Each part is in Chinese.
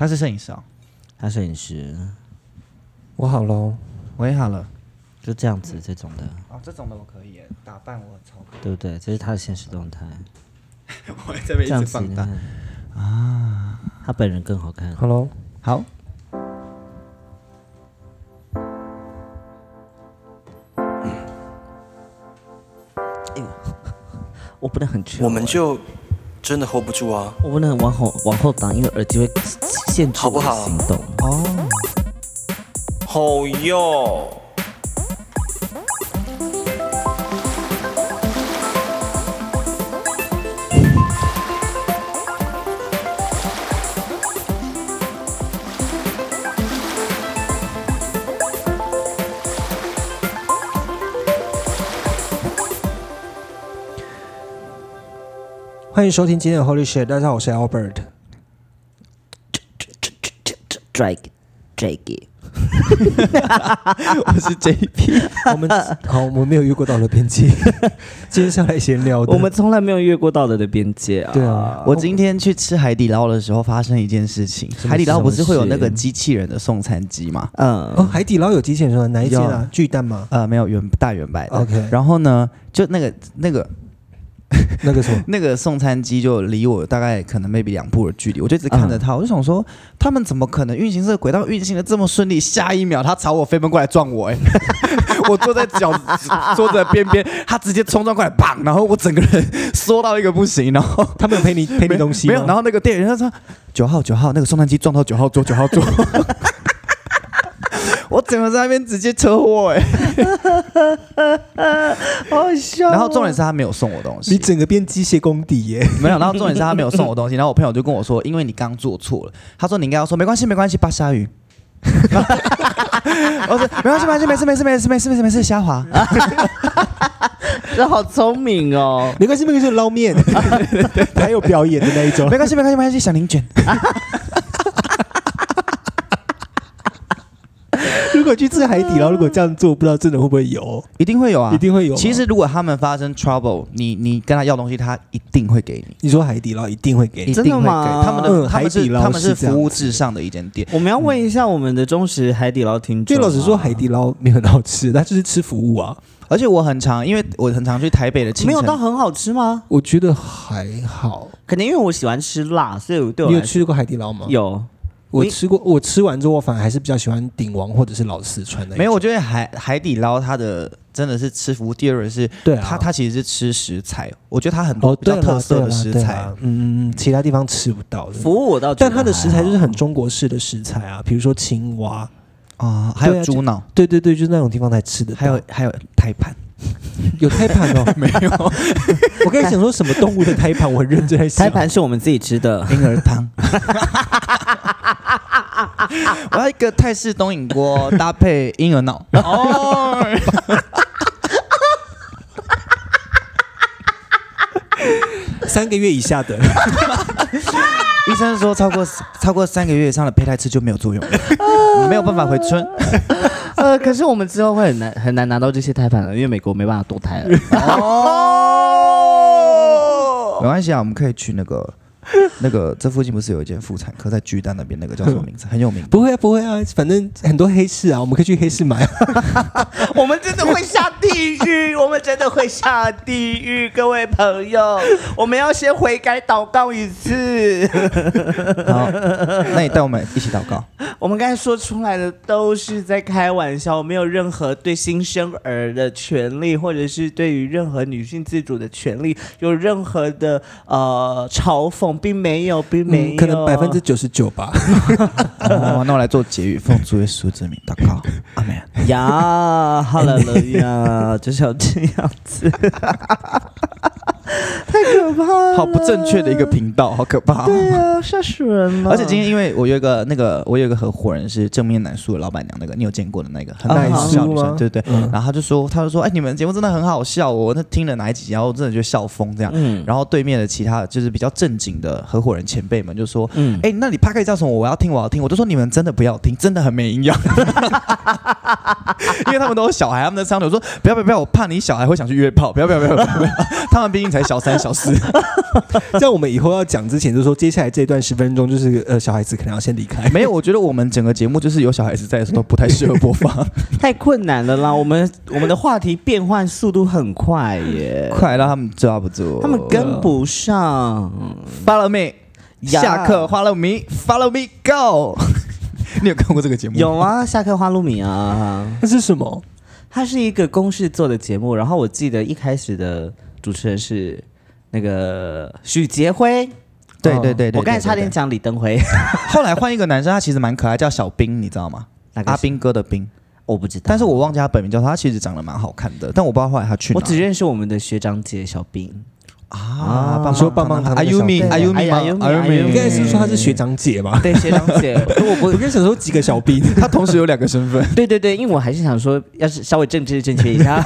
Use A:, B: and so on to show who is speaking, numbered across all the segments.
A: 他是摄影师哦，
B: 他摄影师，
C: 我好喽，
A: 喂，好了，
B: 就这样子这种的，
A: 哦，这种的我可以耶，打扮我超可
B: 对不对？这是他的现实动态，
A: 以，我这嗯边
B: 这
A: 一
B: 样
A: 直
B: 子
A: 放大
B: 啊，，他本人更好看。
C: 好喽，
A: 好，
B: 我不能很吃，
D: 我们就真的 hold 不住啊！
B: 我不能往后往后挡，因为耳机会限制
D: 好不
B: 我的
D: 好
B: 行动。
D: 好哟，
C: 欢迎收听今天的 Holy Shit，大家好，我是 Albert。
B: Drag drag，
A: 我是 JP，
C: 我们好，我们没有遇过道德边界，今天上来闲聊的。
B: 我们从来没有越过道德的边界啊！
C: 对啊
A: 我今天去吃海底捞的时候发生一件事情，
B: 么
A: 海底捞不
B: 什
A: 是
B: 么
A: 会有那
B: 事
A: 个机器人的送餐机吗？
B: 嗯，
C: 哦，海底捞有几点人？哪一间啊？巨蛋吗
A: 呃，没有原大原版的。
C: ？OK，
A: 然后呢，就那个那个
C: 那个什么，
A: 那个送餐机就离我大概可能 maybe 两步的距离，我就一直看着
C: 嗯
A: 它，我就想说，他们怎么可能运行这个轨道运行的这么顺利？下一秒它朝我飞奔过来撞我、欸， 我坐在脚桌子的边边，它直接冲撞过来，砰！然后我整个人缩到一个不行，然 后
C: 他们有陪你陪你东西吗
A: 没有，然后那个店员他说九号九号那个送餐机撞到九号桌九号桌， 我整个在那边直接车祸哎、欸，
B: 好笑
C: 啊
A: 然后重点是他没有送我东西，
C: 你整个变机械工底耶。
A: 没有，然后重点是他没有送我东西，然后我朋友就跟我说，因为你刚做错了，他说你应该要说没关系没关系，巴沙鱼。 我说没关系没关系，没事没事没事没事没事没事，虾滑。
B: 是好聪明哦。
C: 没关系，没关系，捞面，还有表演的那一种
A: 没。关系没关系没关系，小林卷。
C: 如果去吃海底捞，如果这样做，不知道真的会不会有，
A: 一定会有啊，
C: 一定会有。
A: 其实，如果他们发生 trouble，你你跟他要东西，他一定会给你，
C: 你说海底捞一定会给
A: 一
C: 你，
A: 定会
B: 真的
A: 给。
B: 吗
A: 他们的
C: 嗯
A: 他们
C: 海
A: 是
C: 底捞
A: 他们是
C: 是这样
A: 服务至上的一间店，
B: 我们要问一下我们的忠实海底捞听众、
C: 对，
B: 啊。
C: 老实说，海底捞没有很好吃，它就是吃服务啊。
A: 而且我很常，因为我很常去台北的清
B: 没
A: 晨，
B: 有到很好吃吗？
C: 我觉得还好。
B: 可能因为我喜欢吃辣，所以我对我
C: 你有
B: 来说
C: 吃过海底捞吗？，
B: 有
C: 我
B: 你
C: 吃过。我吃完之后，我反而还是比较喜欢鼎王或者是老四川的。
A: 没有，，我觉得海海底捞它的真的是吃服务，第二个是
C: 对啊，
A: 它它其实是吃食材，我觉得它很多
C: 哦，
A: 比
C: 对
A: 较
C: 啦
A: 特色
C: 对
A: 的
C: 啦
A: 食
C: 对
A: 材。
C: 啦嗯嗯嗯，其他地方吃不到的。啊
B: 服务我倒觉得
C: 但
B: 还
C: 它
B: 好，
C: 的食材就是很中国式的食材啊，比如说青蛙，
A: 啊，还
C: 对
A: 有
C: 啊
A: 猪
C: 就
A: 脑，
C: 对对对，就是那种地方才吃的。
A: 还有还有胎盘，
C: 有胎盘 哦，
A: 没有
C: 我刚才想说什么动物的胎盘，我很认真在想。
B: 胎盘是我们自己吃的。
A: 婴儿汤。 我要一个泰式冬饮锅搭配婴儿 脑。哦，
C: 三个月以下的，
A: 医生说超过超过三个月以上的胚胎吃就没有作用 了，没有办法回春。
B: 呃，可是我们之后会很难很难拿到这些胎盘了，因为美国没办法堕胎 了。哦
A: 没关系啊，我们可以去那个那个，这附近不是有一间妇产科在巨蛋那边，那个叫什么名字？很有名。
C: 不会啊，不会啊，反正很多黑市啊，我们可以去黑市买。
B: 我们真的会下地狱，我们真的会下地狱，各位 朋友，我们要先悔改祷告一次。
A: 好，那你带我们一起祷 告。
B: 我们刚才说出来的都是在开玩笑，我没有任何对新生儿的权利，或者是对于任何女性自主的权利有任何的呃嘲讽，并没有，并没有，
C: 嗯，可能百分 之九十九吧。
A: 哦，那我来做结语，奉主耶稣之名祷告，阿门。
B: 呀，好了了呀，就是要这样 子， 太可怕了，
A: 好不正确的一个频道，好可怕、
B: 对啊，吓死人了。
A: 而且今天因为我有一个那个，我有一个合伙人是正面男宿的老板娘，那个你有见过的那个很
C: 啊
A: 大一个
B: 好
A: 小女
C: 好
A: 生，对对。
C: 嗯
A: 然后他就说，他就说，哎，你们节目真的很好笑哦，我那听了哪几集，然后我真的就笑疯这样。
B: 嗯
A: 然后对面的其他就是比较正经的合伙人前辈们就说，
B: 嗯，
A: 哎，那你 p a 叫什么？我要听，我要听。我就说你们真的不要听，真的很没营养。 因为他们都有小孩，他们在商量说不要不要不要，我怕你小孩会想去约炮，不要不要不要不要不要。他们毕竟才小三小时。
C: 这样我们以后要讲之前就说，接下来这段十分钟就是呃，小孩子可能要先离开。
A: 没有，我觉得我们整个节目就是有小孩子在的时候都不太适合播 放。
B: 太困难了啦！我们我们的话题变换速度很快耶，
A: 快让他们抓不住，
B: 他们跟不上。
A: follow me，
B: 呀
A: 下课 follow me，follow me go。你 有看过这个节目？
B: 有啊，下课花露米啊，
C: 那是什么？
B: 它是一个公式做的节目。然后我记得一开始的主持人是那个许杰辉，
A: 对，对对对对
B: 嗯我刚才差点。讲李登辉，
A: 对对后来换一个男生，他其实蛮可爱，叫小冰，你知道吗？
B: 哪个
A: 阿
B: 是
A: 兵哥的兵，
B: 我不知道，
A: 但是我忘记他本名叫他，他其实长得蛮好看的，但我不知道后来他去哪
B: 我只认识我们的学长姐小兵，
A: 啊
C: 你说棒棒糖那
A: 阿
C: 个小
A: 优米
C: 兵
A: 阿优米
B: 哎
A: 吗
B: 呀，Ayumi，
A: 阿优
B: Ayumi
C: 你刚才
A: 米，
C: 是说他是学长姐 吗？
B: 对学长姐，我不
C: 我刚才想说几个小兵，
A: 他同时有两个身份。
B: 对对对，因为我还是想说，要是稍微政治正确一下，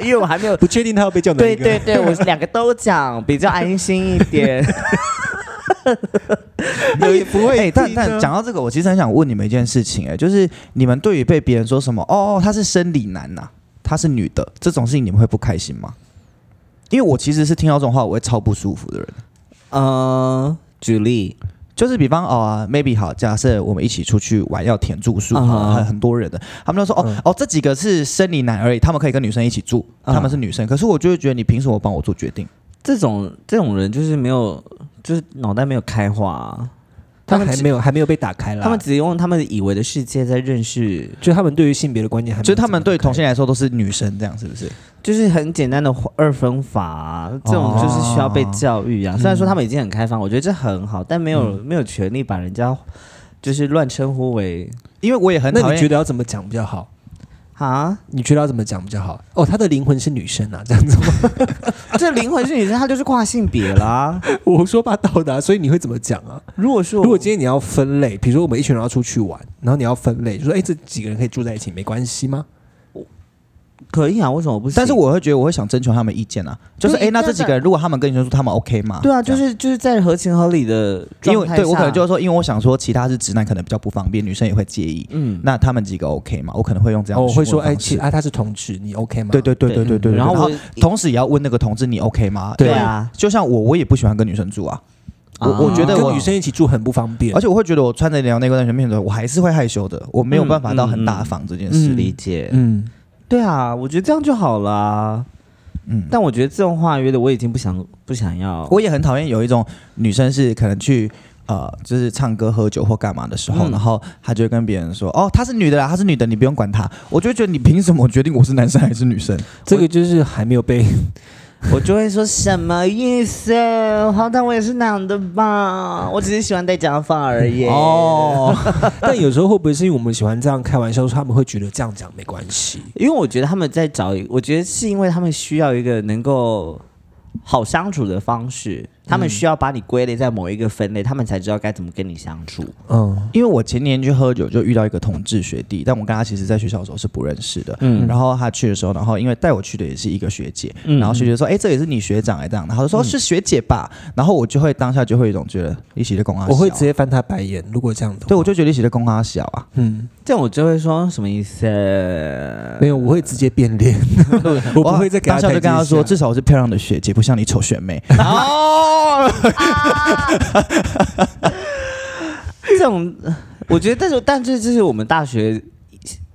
B: 因为我还没 有。
C: 不确定他要被叫哪
B: 对
C: 一个。
B: 对对，我是两个都讲， 比较安心一 点。
A: 有也不会、哎但但讲到这个，我其实很想问你们一件事情、哎，就是你们对于被别人说什么“哦，他是生理男呐、他是女的”这种事情，你们会不开心吗？因为我其实是听到这种话，我会超不舒服的人。
B: 嗯，举例，
A: 就是比方哦啊、m a y b e 好，假设我们一起出去玩要填住宿，
B: 啊
A: 很、
B: 哈
A: 很多人的，他们都说哦、哦，这几个是生理男而已，他们可以跟女生一起住，
B: 啊
A: 他们是女生，可是我就会觉得你凭什么帮我做决定？
B: 这种这种人就是没有，就是脑袋没有开化啊、
C: 他还没有还没有被打开啦。
B: 他们只用他们以为的世界在认识，
C: 就他们对于性别的观念还没有
A: 就是他们
C: 这么
A: 对
C: 开
A: 同性来说都是女生，这样是不是？
B: 就是很简单的二分法啊、这种就是需要被教育啊。虽然说他们已经很开放，我觉得这很好，但没有、没有权利把人家就是乱称呼为
A: 因为我也很
C: 那
A: 讨
C: 你觉
A: 厌。
C: 得要怎么讲比较好？
B: 啊。
C: 你觉得要怎么讲比较好？哦，他的灵魂是女生啊，这样子吗？
B: 这灵魂是女生，她就是跨性别啦。
C: 我说八道的啊、所以你会怎么讲 啊？
B: 如果说
C: 如果今天你要分类，比如说我们一群人要出去玩，然后你要分类，就说哎，这几个人可以住在一起，没关系吗？
B: 可以啊，为什么不行？
A: 但是我会觉得我会想征求他们意见啊，就是
B: 对
A: 哎、诶那
B: 一定
A: 这
B: 要
A: 几个人如果他们跟你说他们 OK 吗？
B: 对啊，就
A: 这样
B: 是就是在合情合理的
A: 因
B: 状
A: 为
B: 态
A: 对我可能
B: 下
A: 就是说，因为我想说其他是直男可能比较不方便，女生也会介意，
B: 嗯，哦
A: 那他们几个 OK 吗？我可能会用这
C: 然
A: 样
C: 后
A: 的
C: 我
A: 询
C: 会
A: 问
C: 说
A: 方式，
C: 哎，其啊他是同志，你 OK 吗？
A: 对对对对对对，
B: 然后我
A: 同时也要问那个同志你 OK 吗？
C: 对
B: 对啊，
A: 就像我，我也不喜欢跟女生住啊。我
B: 啊
A: 我觉得我
C: 跟女，生一起住很不方便，
A: 而且我会觉得我穿着两内裤在人面前，我还是会害羞的，我没有办法到很大方这件事。
B: 嗯理解。
C: 嗯，
B: 对啊，我觉得这样就好啦。
A: 嗯，
B: 但我觉得自动化约的我已经不想不想要。
A: 我也很讨厌有一种女生是可能去呃，就是唱歌、喝酒或干嘛的时候，
B: 嗯
A: 然后她就会跟别人说：“哦，她是女的啦，她是女的，你不用管她。”我就会觉得你凭什么决定我是男生还是女生？
C: 这个就是还没有被
B: 我就会说什么意思？好歹我也是男的吧，我只是喜欢戴假发而已。
A: 哦，
C: 但有时候会不会是因为我们喜欢这样开玩笑，说他们会觉得这样讲没关系？
B: 因为我觉得他们在找一，我觉得是因为他们需要一个能够好相处的方式，他们需要把你归类在某一个分类，他们才知道该怎么跟你相处。
C: 嗯，
A: 因为我前年去喝酒就遇到一个同志学弟，但我跟他其实在学校的时候是不认识的。
B: 嗯
A: 嗯，然后他去的时候，然后因为带我去的也是一个学姐，
B: 嗯
A: 然后学姐说：“哎、这也是你学长哎、这样。”然后
C: 嗯
A: 就说：“是学姐吧？”然后我就会当下就会有一种觉得一起的公阿小，啊
C: 我会直接翻他白眼。如果这样的，
A: 对我，就觉得一起的公阿小啊，
C: 嗯，
B: 这样我就会说什么意思？
C: 没有，我会直接变脸，嗯 我不会再给他
A: 当下就
C: 台阶
A: 跟他说：“
C: 下
A: 至少我是漂亮的学姐，不像你丑学妹。”哦，
B: 这种，我觉得，但是，但这这是我们大学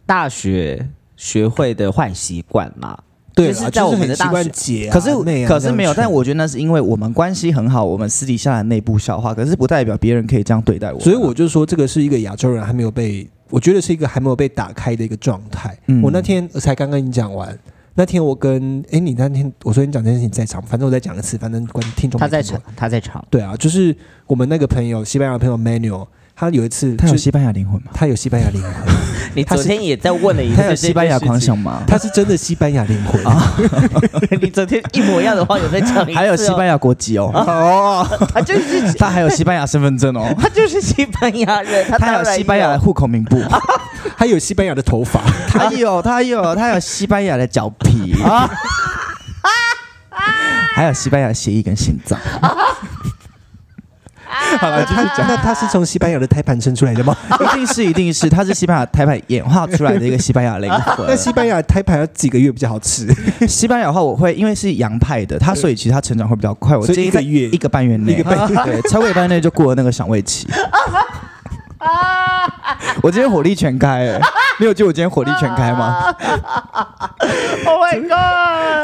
B: 大学学会的坏习惯嘛。
C: 对
B: 就
C: 啦，
B: 是在我们
C: 很
B: 的
C: 习
B: 大
C: 惯
B: 学
C: 姐啊、
A: 可是、
C: 妹啊
A: 可是没有，
C: 这样
A: 但我觉得那是因为我们关系很好，我们私底下的内部笑话，可是不代表别人可以这样对待我。
C: 所以我就说这个是一个亚洲人还没有被，我觉得是一个还没有被打开的一个状态。
A: 嗯
C: 我那天才刚跟你讲完。那天我跟哎、你那天我昨天讲这件事情在场，反正我再讲一次，反正观听众
B: 他
C: 没
B: 在
C: 听过
B: 场，他在场，
C: 对啊，就是我们那个朋友，西班牙朋友 Manuel，他有一次
A: 他有
C: 就
A: 西班牙灵魂吗？
C: 他有西班牙灵魂，
B: 你昨天也在问了一次
A: 他有西班牙狂，想吗？
C: 他是真的西班牙灵魂啊！
B: 你昨天一模一样的话有在讲，
A: 还有西班牙国 籍哦，哦，
B: 牙，他就是
A: 他还有西班牙身份证 哦，
B: 他就是西班牙人，他
A: 他还
B: 当
A: 有
B: 然
A: 西班牙的户口名 簿，
C: 他有西班牙的头发，
A: 他有他有他有西班牙的脚 皮 还有西班牙的协议跟心脏。 好了，继续
C: 他那他是从西班牙的胎盘生出来的吗？
A: 一定是，一定是，它是西班牙胎盘演化出来的一个西班牙灵
C: 那
A: 魂。
C: 西班牙的胎盘要几个月比较好吃？
A: 西班牙的话，我会因为是洋派的，它所以其实它成长会比较快。我
C: 所以
A: 建议
C: 一个
A: 在
C: 月
A: 一个半月内，
C: 一 个半
A: 对，超过一半月内就过了那个赏味 期。我今天火力全开、欸，你有觉得我今天火力全开吗？
B: Oh my god！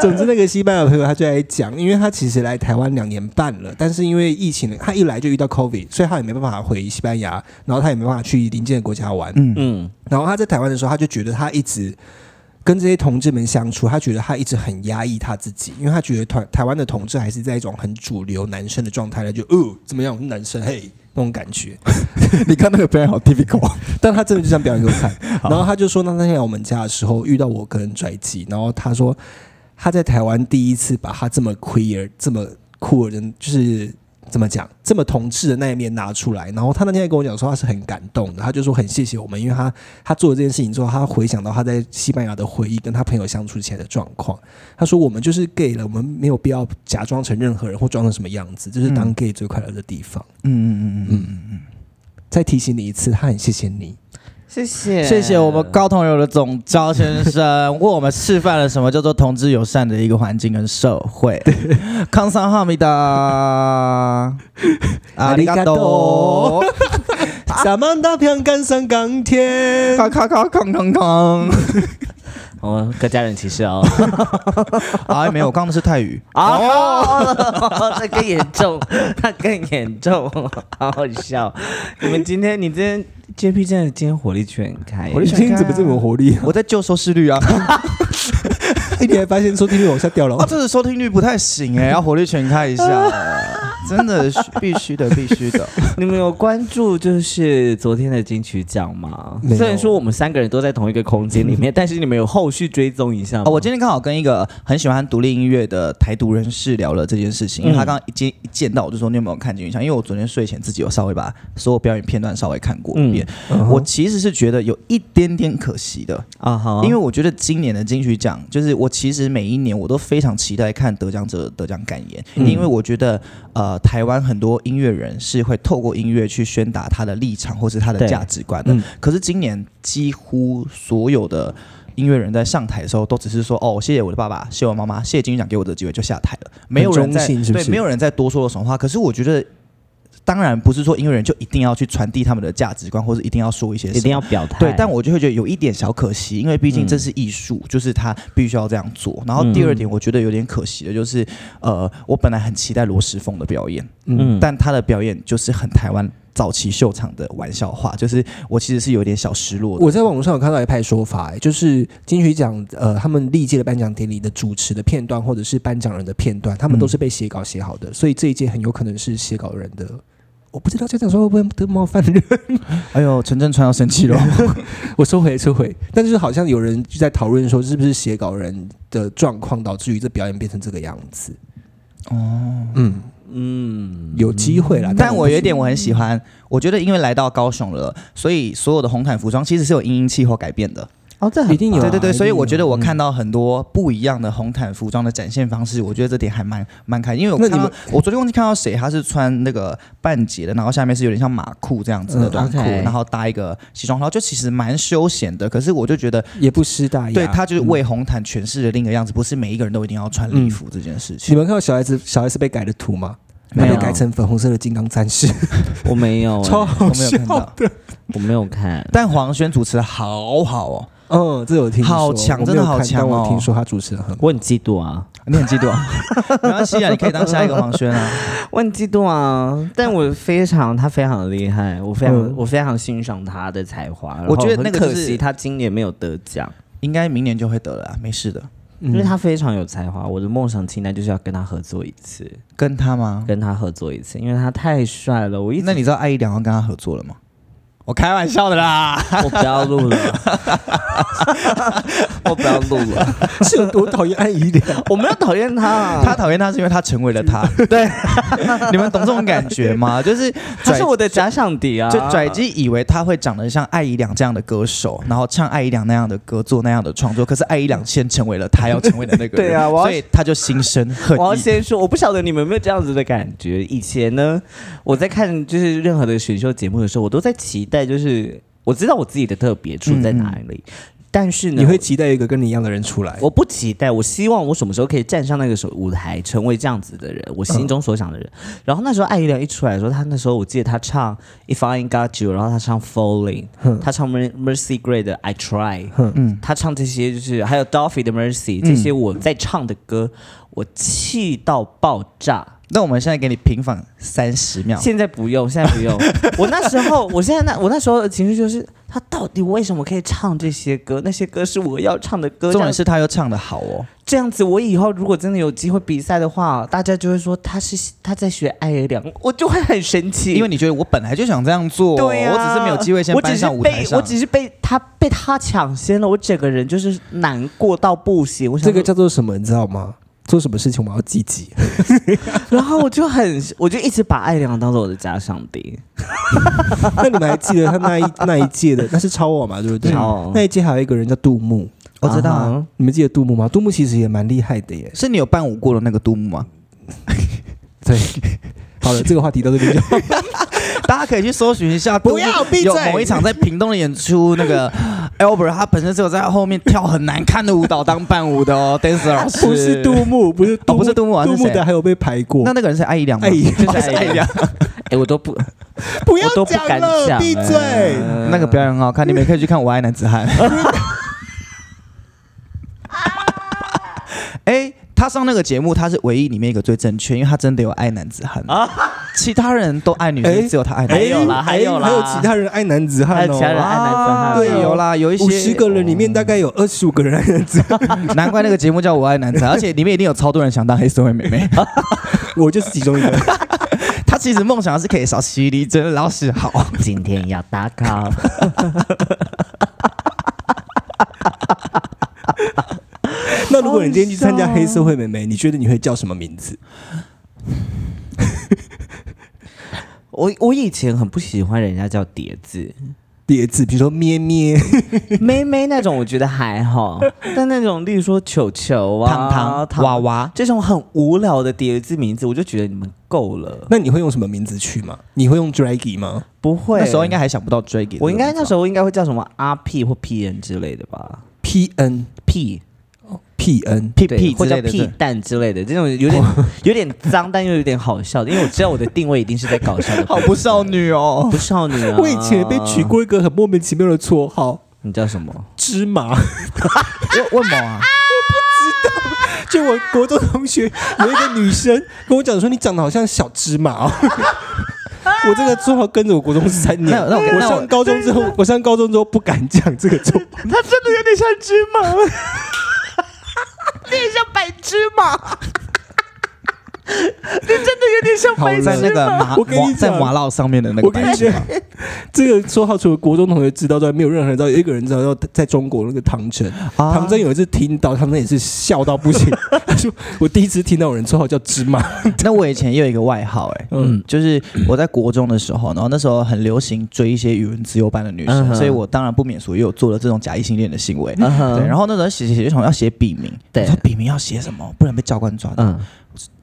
C: 总之，那个西班牙朋友他就在讲，因为他其实来台湾两年半了，但是因为疫情，他一来就遇到 COVID，所以他也没办法回西班牙，然后他也没办法去邻近的国家玩。
A: 嗯，
B: 嗯，
C: 然后他在台湾的时候，他就觉得他一直跟这些同志们相处，他觉得他一直很压抑他自己，因为他觉得台台湾的同志还是在一种很主流男生的状态呢，就哦怎么样，我是男生嘿那种感 觉。
A: 你看那个 表演好 typical，
C: 但他真的就这样表演给我看。然后他就说，那那天来我们家的时候遇到我跟拽机，然后他说他在台湾第一次把他这么 queer、这么酷的人，就是怎么讲，这么同志的那一面拿出来。然后他那天还跟我讲说，他是很感动的，他就说很谢谢我们，因为他他做了这件事情之后，他回想到他在西班牙的回忆，跟他朋友相处起来的状况。他说我们就是 gay 了，我们没有必要假装成任何人或装成什么样子，这是当 gay 最快乐的地方。
A: 嗯嗯嗯嗯嗯，
C: 再提醒你一次，他很谢谢你。
B: 谢谢，
A: 谢谢我们高同友的总招先生，为我们示范了什么叫做同志友善的一个环境跟社会。康桑哈密 达，阿里嘎多，啊
C: 萨曼达平干上钢铁。
A: 咔咔咔，康康 康。
B: 哦，客家人歧 视哦，
A: 哎，没有，刚刚的是泰语。
B: 哦，这更严重，那更严重，好好笑。你们今天，你今天 JP 真的今天火力全开，
A: 火力
C: 你今天怎么这么有活力啊？
A: 我在救收视率啊，
C: 哎，你还发现收听率往下掉了
A: 啊，？这次收听率不太行 哎、要火力全开一下，真的必须的，必须的。
B: 你们有关注就是昨天的金曲奖吗
C: 没？有
B: 虽然说我们三个人都在同一个空间 里面，但是你们有后续追踪一下吗？
A: 哦，我今天刚好跟一个很喜欢独立音乐的台独人士聊了这件事情，因为他刚刚一见一见到我就说你有没有看金曲奖？因为我昨天睡前自己有稍微把所有表演片段稍微看过一遍，我其实是觉得有一点点可惜的，
B: 啊哈，
A: 因为
B: 为
A: 我觉得今年的金曲奖，就是我其实每一年我都非常期待看得奖者的得奖感言，
C: 嗯
A: 因为我觉得呃，台湾很多音乐人是会透过音乐去宣达他的立场或是他的
B: 对
A: 价值观的
B: 嗯。
A: 可是今年几乎所有的。音乐人在上台的时候，都只是说哦，谢谢我的爸爸，谢谢我妈妈，谢谢金曲奖给我的机会，就下台了。没有人
C: 很
A: 在
C: 中性是不
A: 对，
C: 是
A: 没有人在多说了什么话。可是我觉得，当然不是说音乐人就一定要去传递他们的价值观，或者一定要说一些什么，
B: 一定要表态，
A: 对，但我就会觉得有一点小可惜，因为毕竟这是艺术，就是他必须要这样做。然后第二点，我觉得有点可惜的就是，呃，我本来很期待罗时丰的表演，
B: 嗯
A: 但他的表演就是很台湾早期秀场的玩笑话，就是我其实是有点小失落的。
C: 我在网络上有看到一派说法、哎就是金曲奖呃，他们历届的颁奖典礼的主持的片段，或者是颁奖人的片段，他们都是被写稿写好的，所以这一届很有可能是写稿人的。我不知道这样讲说会不会得冒犯人，
A: 哎呦，陈振川要生气了，
C: 我收回收回。但就是好像有人就在讨论说，是不是写稿人的状况导致于这表演变成这个样子？哦，嗯，
B: 嗯，
C: 有机会啦，
A: 但
C: 不
A: 我有一
C: 知
A: 点我很喜欢，我觉得因为来到高雄了，所以所有的红毯服装其实是有因应气候改变的。
B: 哦，这
C: 一定有啊，
A: 对对对，
C: 一定
A: 所以我
C: 有
A: 觉得我
C: 嗯
A: 看到很多不一样的红毯服装的展现方式，我觉得这点还蛮蛮开心。因为我
C: 那
A: 看到
C: 你们
A: 我昨天忘记看到谁，他是穿那个半截的，然后下面是有点像马裤这样子的
C: 嗯
A: 短裤，
B: OK
A: 然后搭一个西装，然后就其实蛮休闲的。可是我就觉得，
C: 也不失大雅。
A: 对他就是为红毯诠释了另一个样子，不是每一个人都一定要穿礼服这件事
C: 你
A: 情。
C: 们看到小 S 小 S 被改的图吗？
A: 没
C: 她
A: 有
C: 被改成粉红色的金刚战士，
B: 我没 有欸，
C: 超
A: 我
C: 嗯好
A: 没有
C: 笑
A: 看到。，
B: 我没有看，
A: 但黄轩主持的好好哦，
C: 嗯，这有听说，
A: 好强
C: 我没
A: 真
C: 有
A: 的好
C: 看
A: 强哦
C: 但我听说他主持的很好，
B: 我很嫉妒啊，
A: 你很嫉妒啊？没关系啊，你可以当下一个黄轩啊。
B: 我很嫉妒啊，但我非常他非常厉害，我非常、
C: 嗯
B: 我非常欣赏他的才华。然后
A: 我觉得那个
B: 很
A: 就
B: 可
A: 是
B: 惜他今年没有得奖，
A: 应该明年就会得了啊，没事的。
C: 嗯
B: 因为他非常有才华。我的梦想清单就是要跟他合作一次，
A: 跟他吗？
B: 跟他合作一次，因为他太帅了。我一直
A: 那你知道艾怡良要跟他合作了吗？我开玩笑的啦。
E: 我不要录了，我不要录了。
C: 是有多讨厌安怡良？
B: 我没有讨厌 他，
A: 他讨厌他是因为他成为了 他，对， 你们懂这种感觉吗？就是
B: 他
A: 拽
B: 是我的假想敌啊，
A: 就拽机以为他会长得像艾怡良这样的歌手，然后唱艾怡良那样的歌，做那样的创作。可是艾怡良先成为了他要成为的那个人，
B: 对啊我要
A: 所以他就心生恨
B: 我要
A: 意。
B: 先说，我不晓得你们有没有这样子的感觉。以前呢，我在看就是任何的选秀节目的时候，我都在期待，就是我知道我自己的特别处在哪里，但是呢，
C: 你会期待一个跟你一样的人出来？
B: 我不期待，我希望我什么时候可以站上那个手舞台，成为这样子的人，我
A: 嗯
B: 心中所想的人。然后那时候艾怡良一出来的时候，他那时候我记得他唱《If I Ain't Got You》，然后他唱《Falling》，他唱 Mer- Mercy Gray 的《I Try》，他
A: 嗯
B: 唱这些就是还有 Duffy 的《Mercy》，这些我在唱的歌，我气到爆炸。
A: 那我们现在给你平反三十秒，
B: 现在不用，现在不 用。我那时候，我现在那我那时候的情绪就是，他到底为什么可以唱这些歌？那些歌是我要唱的
A: 重
B: 歌，这样
A: 点是他又唱的好哦。
B: 这样子，我以后如果真的有机会比赛的话，大家就会说他是他在学艾尔良，我就会很生气，
A: 因为你觉得我本来就想这样做，哦
B: 对呀、
A: 我只是没有机会先
B: 我
A: 搬
B: 只是
A: 上舞台
B: 被
A: 上。
B: 我只是被他被他抢先了，我整个人就是难过到不行。我想
C: 这个
B: 说
C: 叫做什么？你知道吗？做什么事情我们要积极。
B: 然后我就很，我就一直把艾尔良当做我的 假想敌。
C: 那你们还记得他那一那一届的？那是超我嘛，对不对？
B: 超偶
C: 那一届还有一个人叫杜牧，
A: 我知道啊，
B: 啊
C: 你们记得杜牧吗？杜牧其实也蛮厉害的耶。
A: 是你有伴舞过的那个杜牧吗？
C: 对，好了，这个话题到这边就。
A: 大家可以去搜寻一下，
C: 不要
A: 杜牧
C: 闭嘴
A: 有某一场在屏东的演出，那个 Albert 他本身是有在后面跳很难看的舞蹈当伴舞的哦 ，dancer 老师。
C: 不是杜牧，不是杜
A: 哦不
C: 牧，
A: 是杜牧啊
C: 杜
A: 是
C: 牧
A: 谁
C: 的还有被排过。
A: 那那个人是艾怡良吗？
C: 哎呀，
A: 就是艾怡良，
B: 哎、我都不，
C: 不
B: 我都不敢讲、
C: 闭嘴！
B: 哎
A: 那个表演很好看，你们也可以去看《我爱男子汉》。 哎，他上那个节目，他是唯一里面一个最正确，因为他真的有爱男子汉啊，其他人都爱女
C: 哎
A: 生，只有他爱男
B: 还
A: 子
B: 有啦
C: 哎
B: 还有啦
C: 还有其他人爱男子
B: 还
C: 汉
B: 有
C: 哦
B: 其他。人爱男子汉、
A: 汉。
C: 对哦
A: 有啦，有一些
C: 五十个人里面大概有二十五个人爱男 子，汉，
A: 难怪那个节目叫《我爱男子汉》，而且里面一定有超多人想当黑社会妹妹。
C: 我就是其中一 个。
A: 他其实梦想是可以少吸离真老师好。
B: 今天要打卡。
C: 那如果你今天去参加黑社会美眉，你觉得你会叫什么名字？
B: 我我以前很不喜欢人家叫叠字，
C: 叠字，比如说咩咩，
B: 妹妹那种我觉得 还好，但那种例如说球球啊、
A: 糖糖
B: 糖
A: 娃娃
B: 这种很无聊的叠字名字，我就觉得你们够了。
C: 那你会用什么名字去吗？你会用 Draggy 吗？
B: 不会，
A: 那时候应该还想不到追给，
B: 我应该那时
A: 候
B: 候应该会叫什么阿 P 或 P N 之类的吧
C: P N
B: ，P
C: P N，
A: 屁
B: 对
A: 屁
B: 或
A: 之
B: 者
A: 类的
B: 屁
A: 对
B: 蛋之类的，这种有点有点脏，但又有点好笑的，因为我知道我的定位一定是在搞笑的，
A: 好不少女哦。
B: 不少女啊。
C: 我以前被取，过一个很莫名其妙的绰号
B: 你叫什么？
C: ——芝麻。
A: 为为什么 啊？
C: 就我国中同学有一个女生跟我讲说，你长得好像小芝麻、哦。 我这个绰号跟着我国中三年，
A: 那那我
C: 我
A: 那我
C: 上高中之后，我上高中之后不敢讲这个 绰号，
B: 他真的有点像芝麻， 你很像白芝麻，你真的有点像白芝麻。
A: 在那个麻
C: 我跟你
A: 麻
C: 讲
A: 在麻辣上面的那个
C: 我跟
A: 白
C: 你
A: 痴
C: 讲
A: 嘛，，
C: 这个绰号除了国中同学知道之外，没有任何人知道。有一个人知道，叫在中国那个唐真，
A: 啊
C: 唐真有一次听到，唐真也是笑到 不行。他说：“我第一次听到有人绰号叫芝麻。
A: 那我以前也有一个外号哎、嗯，就是我在国中的时候，然后那时候很流行追一些语文自由班的女
B: 嗯
A: 生，
B: 哼
A: 所以我当然不免俗也有做了这种假异性恋的行为。
B: 嗯哼
A: 对，然后那时候写写写就想要写笔名，
B: 对
A: 我说笔名要写什么，不然被教官抓到。
B: 嗯，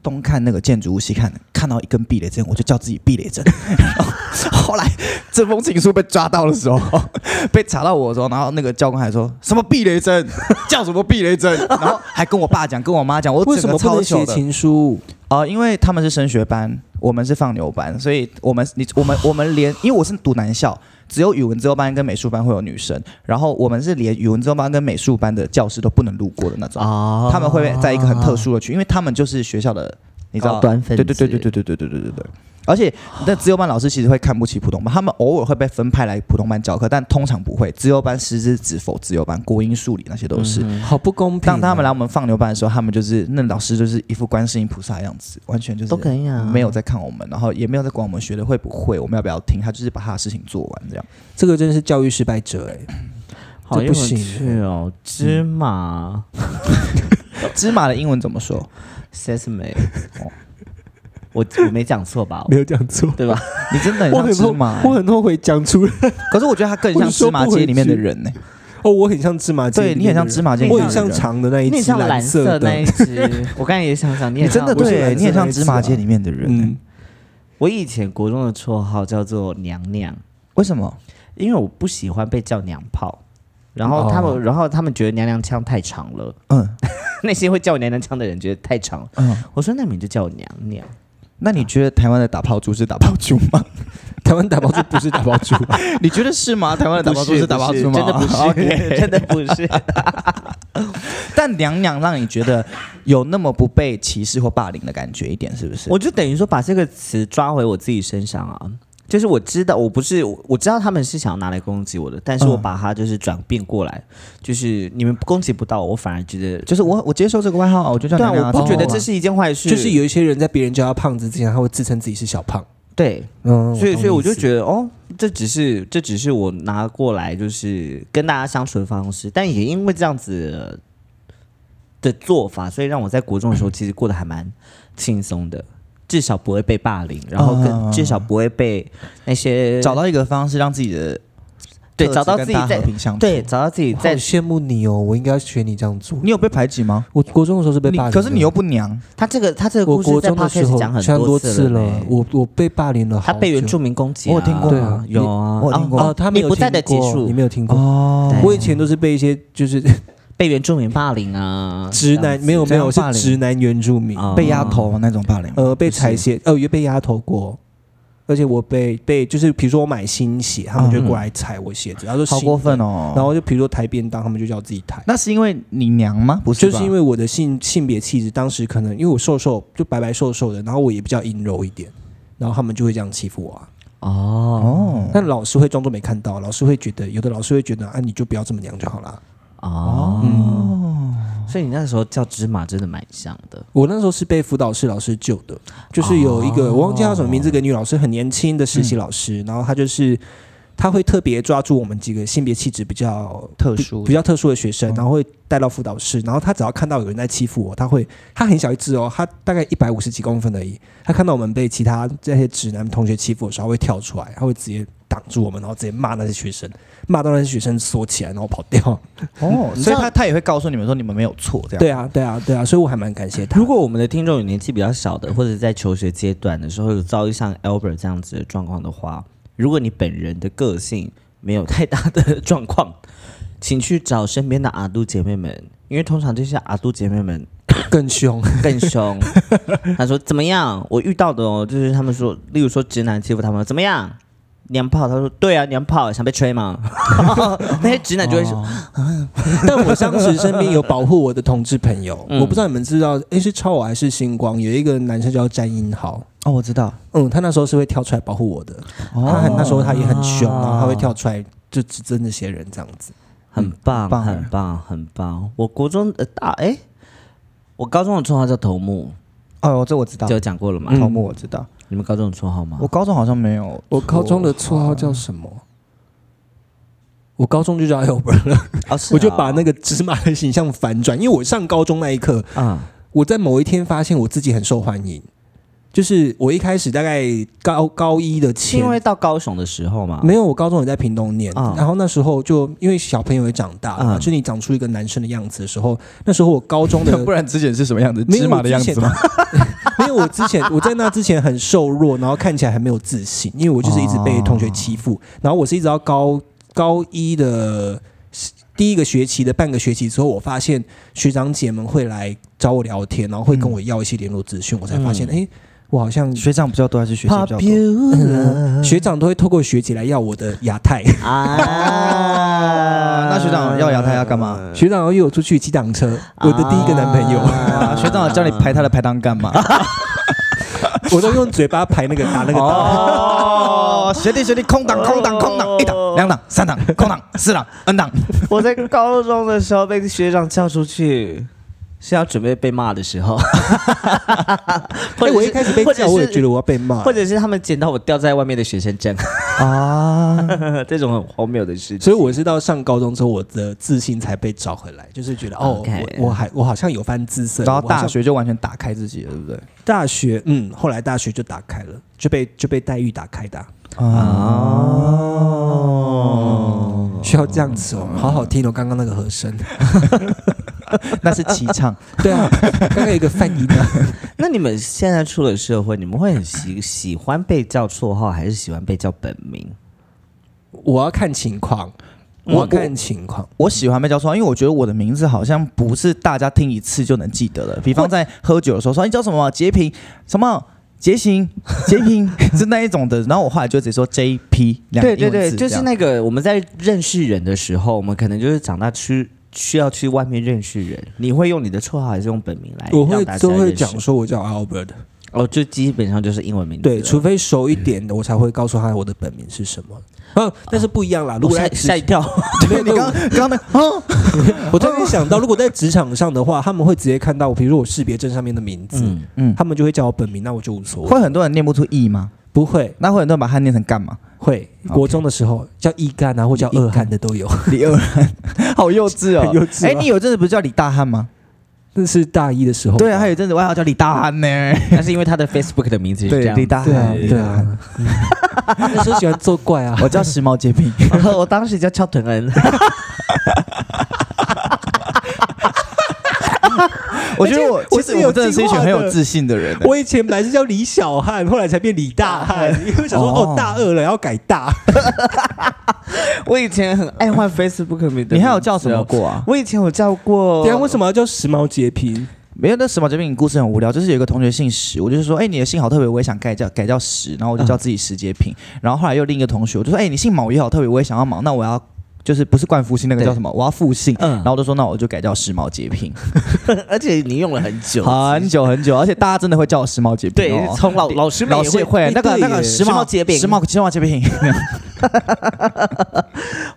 A: 东看那个建筑物，西看看到一根避雷针，我就叫自己避雷针。 然后后来这封情书被抓到的时候， 被查到我的时候，然后那个教官还说什么避雷针，叫什么避雷针，然后还跟我爸讲，跟我妈讲，我”
C: 为
A: 整
C: 什
A: 个
C: 么不
A: 超
C: 能
A: 糗
C: 写
A: 的。
C: 情书？
A: 啊、因为他们是升学班，我们是放牛班，所以我们你我们我们连，因为我是读男校，只有语文自由班跟美术班会有女生，然后我们是连语文自由班跟美术班的教室都不能路过的那种，
B: 哦
A: 他们会在一个很特殊的区，因为他们就是学校的你知道
E: 高端分子
A: 对对对对对对对对对对对。而且，那自由班老师其实会看不起普通班，他们偶尔会被分派来普通班教课，但通常不会。自由班师资只否自由班，国英数理那些都
E: 嗯
A: 是。
C: 好不公平哦。
A: 当他们来我们放牛班的时候，他们就是那老师就是一副观世音菩萨的样子，完全就是
E: 都可以啊
A: 没有在看我们，然后也没有在管我们学的会不会，我们要不要听，他就是把他的事情做完这样。
C: 这个真的是教育失败者哎，
A: 哦
B: 好
C: 这不
B: 有
C: 行
B: 趣哦，芝麻
A: 芝麻的英文怎么 说？
B: sesame，
A: 哦
B: 我我没讲错吧？
C: 没有讲错。
B: 对吧？
A: 你真的很
C: 我
A: 像
C: 很
A: 芝
C: 后
A: 麻、
C: 我很后悔讲出来。
A: 可是我觉得他更像芝麻街里面的人呢、
C: 哦，我很像芝麻街里
A: 对
C: 面的人，
A: 你很像芝麻街里
C: 我
A: 面的
C: 很
A: 人
C: 像长的那一
B: 你很
C: 只
B: 像蓝
C: 色
B: 那一
C: 的，
B: 只，我刚才也想想，你
A: 你
B: 很
A: 真的
B: 像我
C: 是蓝
A: 对，
C: 色
A: 你很像
C: 那一只
A: 芝麻街
C: 啊
A: 里面的人、
C: 嗯，
B: 我以前国中的绰号叫做娘娘，
A: 为什么？
B: 因为我不喜欢被叫娘炮。然后他们，然后他们觉得娘娘腔太长了，
A: 嗯
B: 那些会叫我娘娘腔的人觉得太长了。
A: 嗯，
B: 我说那你就叫我娘娘，
A: 那你觉得台湾的打炮猪是打炮猪吗？
C: 台湾打包猪不是打包猪 啊，
A: 你觉得是吗？台湾的打炮猪打炮猪吗？
B: 真的 不
A: OK
B: 是，真的不是。
A: 但娘娘让你觉得有那么不被歧视或霸凌的感觉一点，是不是？
B: 我就等于说把这个词抓回我自己身上啊。就是我知道我不是我我知道他们是想要拿来攻击我的，但是我
A: 嗯
B: 把它就是转变过来，就是你们攻击不到我，我反而觉得
A: 就是我我接受这个外号，我就叫
B: 对啊，
A: 娘娘啊。
B: 我不觉得
A: 怎么
B: 这
A: 了
B: 是一件坏事，
C: 就是有一些人在别人叫他胖子之前，他会自称自己是小胖。
B: 对，
C: 嗯，
B: 所以所以我就
C: 得，
B: 觉得哦，这只是这只是我拿过来就是跟大家相处的方式，但也因为这样子的做法，所以让我在国中的时候其实过得还蛮轻松的。至少不会被霸凌，然后
A: 啊
B: 跟至少不会被那些
A: 找到一个方式让自己的
B: 对
A: 特质
B: 找到
A: 跟
B: 自己
A: 大家
B: 在
A: 和平相处。
B: 对，找到自己
C: 在
B: 在
C: 羡慕你哦，我应该学你这样做。
A: 你有被排挤吗？
C: 我国中的时候是被
A: 你
C: 霸凌的，
A: 可是你又不娘，
B: 他这个他这个
C: 我
B: 故事
C: 国
B: 在
C: 中的
B: p
C: 时
B: o
C: 候
B: d 讲很
C: 虽然多
B: 次
C: 了
B: 呢，
C: 我我被霸凌了好久，
B: 他被原住民攻击啊，
A: 我有听过
C: 对啊
B: 有啊，
A: 我有听过
C: 啊，他没有
B: 你不在的
C: 听过
B: 结束
C: 你没有听过。
A: 哦
B: 对哦
C: 我以前都是被一些就是
B: 被原住民霸凌啊，
C: 直男，没有没
A: 怎样
C: 有是
A: 霸凌
C: 直男原住民，
B: 啊
A: 被压头那种霸凌。
C: 呃，被踩鞋，呃，也被压头过。而且我被被就是，比如说我买新鞋，他们就过来踩我鞋子，然后说
A: 嗯好
C: 新
A: 过分
C: 然
A: 哦！
C: 后就比如说抬便当，他们就叫我自己抬。
A: 那是因为你娘吗？不是
C: 就
A: 吧，
C: 是因为我的性性别气质，当时可能因为我瘦瘦，就白白瘦瘦的，然后我也比较阴柔一点，然后他们就会这样欺负我啊。
B: 哦
A: 哦，
C: 但老师会装作没看到，老师会觉得有的老师会觉得啊，你就不要这么娘就好啦。
B: 哦，
C: 嗯，
B: 所以你那时候叫芝麻真的蛮像的，
C: 我那时候是被辅导室老师救的，就是有一个、我忘记叫什么名字，一个女老师很年轻的实习老师，然后她就是她会特别抓住我们几个性别气质比较
A: 特殊
C: 比较特殊的学生，然后会带到辅导室，然后他只要看到有人在欺负我，他会他很小一只哦，他大概一百五十几公分而已，他看到我们被其他这些直男同学欺负的时候，他会跳出来，他会直接挡住我们，然后直接骂那些学生，骂到那些学生缩起来，然后跑掉。
A: 哦，
B: 你知
A: 所以
B: 道
A: 他他也会告诉你们说你们没有错，这样
C: 对啊，对啊，对啊，所以我还蛮感谢他。
B: 如果我们的听众有年纪比较小的，或者在求学阶段的时候有遭遇像 Albert 这样子的状况的话，如果你本人的个性没有太大的状况，请去找身边的阿杜姐妹们，因为通常这些阿杜姐妹们
C: 更凶，
B: 更凶。他说怎么样？我遇到的哦，就是他们说，例如说直男欺负他们怎么样？娘炮，他说对啊，娘炮想被吹吗？ 那些直男就会说，
C: 但我当时身边有保护我的同志朋友，我不知道你们知道，诶，是超我还是星光？有一个男生叫詹英豪，
A: 哦，我知道，
C: 嗯，他那时候是会跳出来保护我的。
A: 哦
C: 他很那时候他也很凶，然后他会跳出来就指责那些人这样子。
B: 很棒，
A: 棒
B: 很棒，很棒。我国中呃大哎、我高中的绰号叫头目，
A: 哦，这我知道
B: 就，有讲过了嘛。
C: 嗯
A: 头目我知道，
B: 你们高中有绰号吗
A: 我？高中好像没有，
C: 我高中的绰号叫什么？我高中就叫 Albert 了，
B: 哦，是啊
C: 我就把那个芝麻的形象反转，因为我上高中那一刻，
B: 啊，
C: 我在某一天发现我自己很受欢迎。就是我一开始大概高高一的
B: 是
C: 前
B: 因为到高雄的时候嘛。
C: 没有，我高中也在屏东念，
B: 啊
C: 然后那时候就因为小朋友也长大了嘛，
B: 啊
C: 就你长出一个男生的样子的时候，那时候我高中的
A: 不然之前是什么样子？
C: 没有
A: 芝麻的样子吗？
C: 因为我之前我在那之前很瘦弱，然后看起来还没有自信，因为我就是一直被同学欺
A: 啊
C: 负，然后我是一直到高高一的第一个学期的半个学期之后，我发现学长姐们会来找我聊天，然后会跟我要一些联络资讯，我才发
A: 嗯
C: 现，诶，我好像。
A: 学长比较多还是学姐比较 多？
C: 呃学长都会透过学姐来要我的亚太，
B: 啊
A: 啊，那学长要摇他要干嘛？
C: 学长要
B: 啊
C: 约我出去骑挡车，我的第一个男朋友，
A: 啊，学长叫你排他的排档干嘛？
C: 我都用嘴巴排那个打那个档。
A: 哦，学弟学弟，空档空档空档，一档两档三档空档四档 n 档，
B: 我在高中的时候被学长叫出去，是要准备被骂的时候。
C: 哎，我一开始被
B: 或者
C: 叫，
B: 是
C: 我也觉得我要被骂
B: 或，者是他们捡到我掉在外面的学生证啊， 这种很荒谬的事情。
C: 所以我是到上高中之后，我的自信才被找回来，就是觉得哦
B: OK，
C: 我我还我好像有番姿色。
A: 然后
C: 我好像
A: 大学就完全打开自己了，对不对？
C: 大学，嗯，后来大学就打开了，就被就被待遇打开的啊。
B: 啊
C: 哦，需要这样子哦，好好听哦，刚刚那个和 声。
A: 那是齐唱，
C: 对啊，刚刚有一个泛音啊。
B: 那你们现在出了社会，你们会很喜喜欢被叫绰号，还是喜欢被叫本名？
C: 我要看情况，我要看情况。
A: 我喜欢被叫错，因为我觉得我的名字好像不是大家听一次就能记得的。比方在喝酒的时候说哎你叫什么杰平什么。杰行， 杰平是那一种的，然后我后来就直接说 J P 两个
B: 对
A: 英
B: 对
A: 文字这样，
B: 对，就是那个我们在认识人的时候，我们可能就是长大去需要去外面认识人。你会用你的绰号还是用本名来？
C: 我会
B: 让大家
C: 都会
B: 认识
C: 讲说我叫 Albert，
B: 哦，就基本上就是英文名字了。
C: 对，除非熟一点的，我才会告诉他我的本名是什么。嗯，但是不一样啦。如
B: 我
C: 果
B: 吓
C: 在
B: 吓一跳，
A: 对你刚刚刚 那个啊，
C: 我突然想到，如果在职场上的话，他们会直接看到，比如说我识别证上面的名字，
B: 嗯
A: 嗯，
C: 他们就会叫我本名，那我就无所
A: 会
C: 谓。
A: 很多人念不出 E 吗？
C: 不会
A: 那会很多人把它念成干嘛？
C: 会，国中的时候叫一干啊，或叫二汉的都有。
A: 李二汉，好 幼稚哦，
C: 很幼稚啊
A: 哎，你有一阵子不是叫李大汉吗？
C: 那是大一的时候。
A: 对啊，还有一阵子外号叫李大汉呢。
B: 那是因为他的 Facebook 的名字是这
A: 对，
B: 样。
A: 李大
C: 对啊，
A: 汉，
C: 对啊，嗯 那时候喜欢作怪啊。
A: 我叫时髦洁癖。
B: 然哦后我当时叫翘臀恩，
A: 我觉得我其
C: 我
A: 实
C: 是
A: 我
C: 有
A: 们真的是一群很有自信的人。
C: 我以前本来是叫李小汉，后来才变李大汉，因为想说
A: 哦
C: 哦大二了要改大。
B: 我以前很爱换 Facebook 的名字。
A: 你还有叫什么？过啊？
B: 我以前有叫过
C: 对啊，为什么要叫时髦洁癖？
A: 没有，那时髦洁癖故事很无聊，就是有一个同学姓石，我就说，哎、你的姓好特别，我也想改叫改叫石，然后我就叫自己石洁品。然后后来又另一个同学，我就说，哎、你姓毛也好特别，我也想要毛，那我要。就是不是冠夫姓那个叫什么？我要复姓，
B: 嗯
A: 然后我就说那我就改叫时髦洁癖，
B: 而且你用了很久。
A: 很久很久，而且大家真的会叫我时髦洁癖、
B: 对
A: 哦，，
B: 从老老师们
A: 老
B: 也
A: 师也会
C: 哎
A: 那个
C: 对
A: 那个
C: 耶
A: 时
B: 时
A: 髦
B: 髦洁癖
A: 时髦时髦洁癖，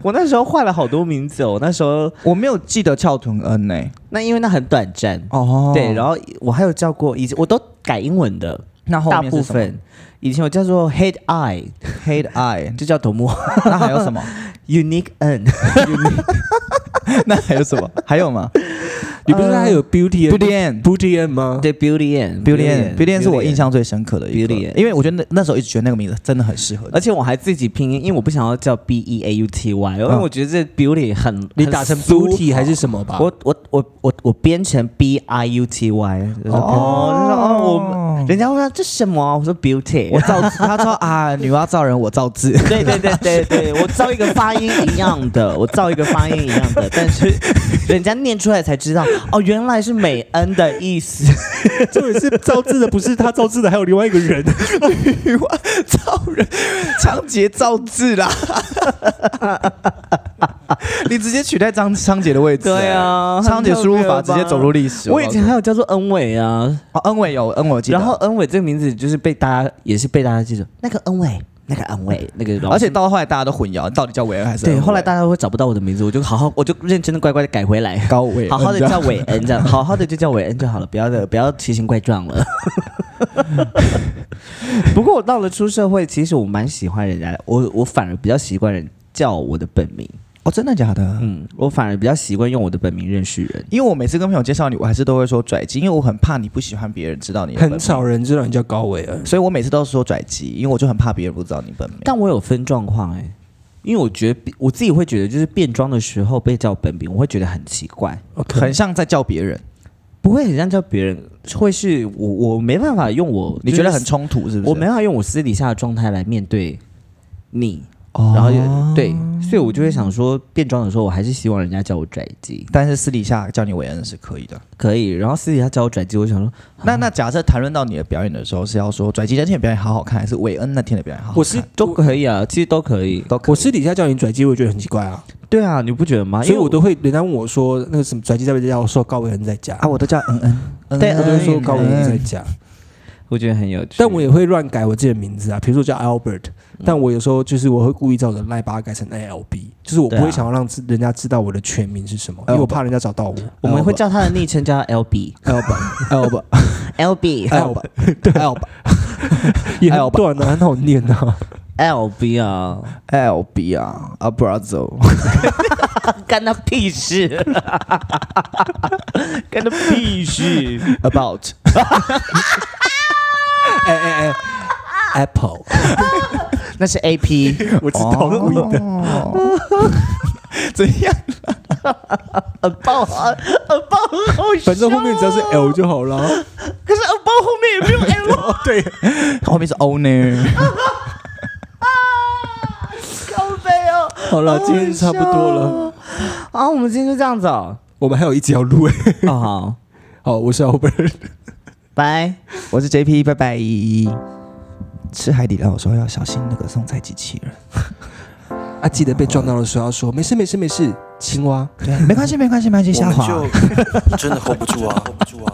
B: 我那时候换了好多名字哦。那时候
A: 我没有记得翘臀恩呢、
B: 那因为那很短暂，
A: 哦
B: 对，然
A: 后
B: 后我还有叫过，以前我都改英文的，
A: 那后
B: 大
A: 面
B: 部
A: 是什么
B: 分以前我叫做 Head Eye，
A: hate eye，
B: 就叫头目
A: 哎 那还有什么？
B: Unique N，
A: 那还有什么？还有 吗
C: 你不是还有呃 Beauty
A: ？Beauty and
C: Beauty N 吗？
B: 对 Beauty N
A: Beauty and Beauty and 是我印。
B: N
A: 象最深刻的一个
B: Beauty，and
A: 因为我觉得那那时候一直觉得那个名字真的很适 合你。
B: 而且我还自己拼音，因为我不想要叫 B E A U T Y，因为
A: 嗯
B: 我觉得这 beauty 很
C: 你打成 Beauty 还是什么吧？
B: 我我我我我编成 B I U T Y，就说哦，就说哦，我人家会说这什么啊？我说 beauty，
A: 我造字，他说啊，女娲造人，我造字。
B: 对对对对对， 我造一个发音一样的，我造一个发音一样 的，但是人家念出来才知道，哦，原来是美恩的意 思。
C: 重点是造字的不是他造字的，还有另外一个人。
A: 女娲 造人，仓颉造字啦。 你直接取代张仓颉的位置、
B: 对啊
A: 哎仓颉输入法直接走入历史。
B: 我以前还有叫做恩伟啊，
A: 哦，恩伟有恩伟，我记得。
B: 然后恩伟这个名字就是被大家也是被大家记住，那个恩伟，那个恩伟，那个老师
A: 而且到后来大家都混淆，到底叫韦恩还是恩伟
B: 对，后来大家会找不到我的名字，我就好好，我就认真的乖乖的改回来。
A: 高伟恩
B: 好好的
A: 这样
B: 叫韦恩， 这样好好的就叫韦恩就好了，不要的不要奇形怪状了。不过我到了出社会，其实我蛮喜欢人家，我我反而比较习惯人叫我的本名，
A: 哦，真的假的？
B: 嗯，我反而比较习惯用我的本名认识人。
A: 因为我每次跟朋友介绍你，我还是都会说拽鸡，因为我很怕你不喜欢别人知道你的本
C: 很
A: 名，
C: 少人知道你叫高伟啊恩。
A: 所以我每次都是说拽鸡，因为我就很怕别人不知道你本名。
B: 但我有分状况哎、因为我觉得我自己会觉得，就是变装的时候被叫本名，我会觉得很奇怪。
A: 很像在叫别人，
B: 不会很像叫别人，会是我我没办法用我
A: 你觉得
B: 就是
A: 很冲突是不是？
B: 我没，有用我私底下的状态来面对你，
A: 哦
B: 然后也对，所以我就会想说，变装的时候，我还是希望人家叫我拽鸡，
A: 但是私底下叫你韦恩是可以的。
B: 可以。然后私底下叫我拽鸡，我想说，
A: 那那假设谈论到你的表演的时候，是要说拽鸡那天的表演好好看，还是韦恩那天的表演好好看？
C: 我是
B: 都可以啊，其实都可以。
A: 都可以
C: 我私底下叫你拽鸡，我也觉得很奇怪啊，
B: 对啊，你不觉得吗？
C: 所以我
B: 因为
C: 都会人家问我说那个什啊么拽鸡在不在家，我说高伟恩在家
A: 啊，，我都叫恩恩，
C: 对，
A: 恩
C: 我都会说高伟恩在
A: 恩
C: 家。
B: 我
F: 我觉得很有趣。
C: 但我也会乱改我自己的名字啊，比如说叫 Albert，、但我有时候就是我会故意叫我的赖巴改成 ALB，就是我不
F: 对
C: 会
F: 啊
C: 想要让知人家知道我的全名是什么，因为我怕人家找到我。
F: 我们会叫他的昵称叫 L B
C: Albert，Albert，
F: L B
C: 对 Albert，也很短的、很好念的、啊。
F: L B 啊，
A: L B 啊，Abrazo，
B: 干他屁事，干他屁事。
A: About
C: 哎哎哎，Apple，
B: 那是 A P，
C: 我知道故意的。
A: 怎样？
B: 耳包啊，耳包很好笑。
C: 反正后面只要是 L 就好了。
B: 可是耳包后面也没 有 L 啊，
C: 对，
A: 后面是 Owner，
B: 啊靠背哦。
C: 好了，今天 差不多了。
B: 啊，我们今天就这样子哦，
C: 我们还有一集要录 哎。
F: 哦好，
C: 好，我是 Albert，
B: 拜。
A: 我是 JP，拜拜。吃海底捞的时候要小心那个送菜机器人。
C: 啊，记得被撞到的时候要说没事没事没事，青蛙。
A: 对，啊没关系，没关系，没关系，
D: 我
A: 下
D: 们
A: 滑。
D: 就真的 hold 不住啊，hold 不住啊。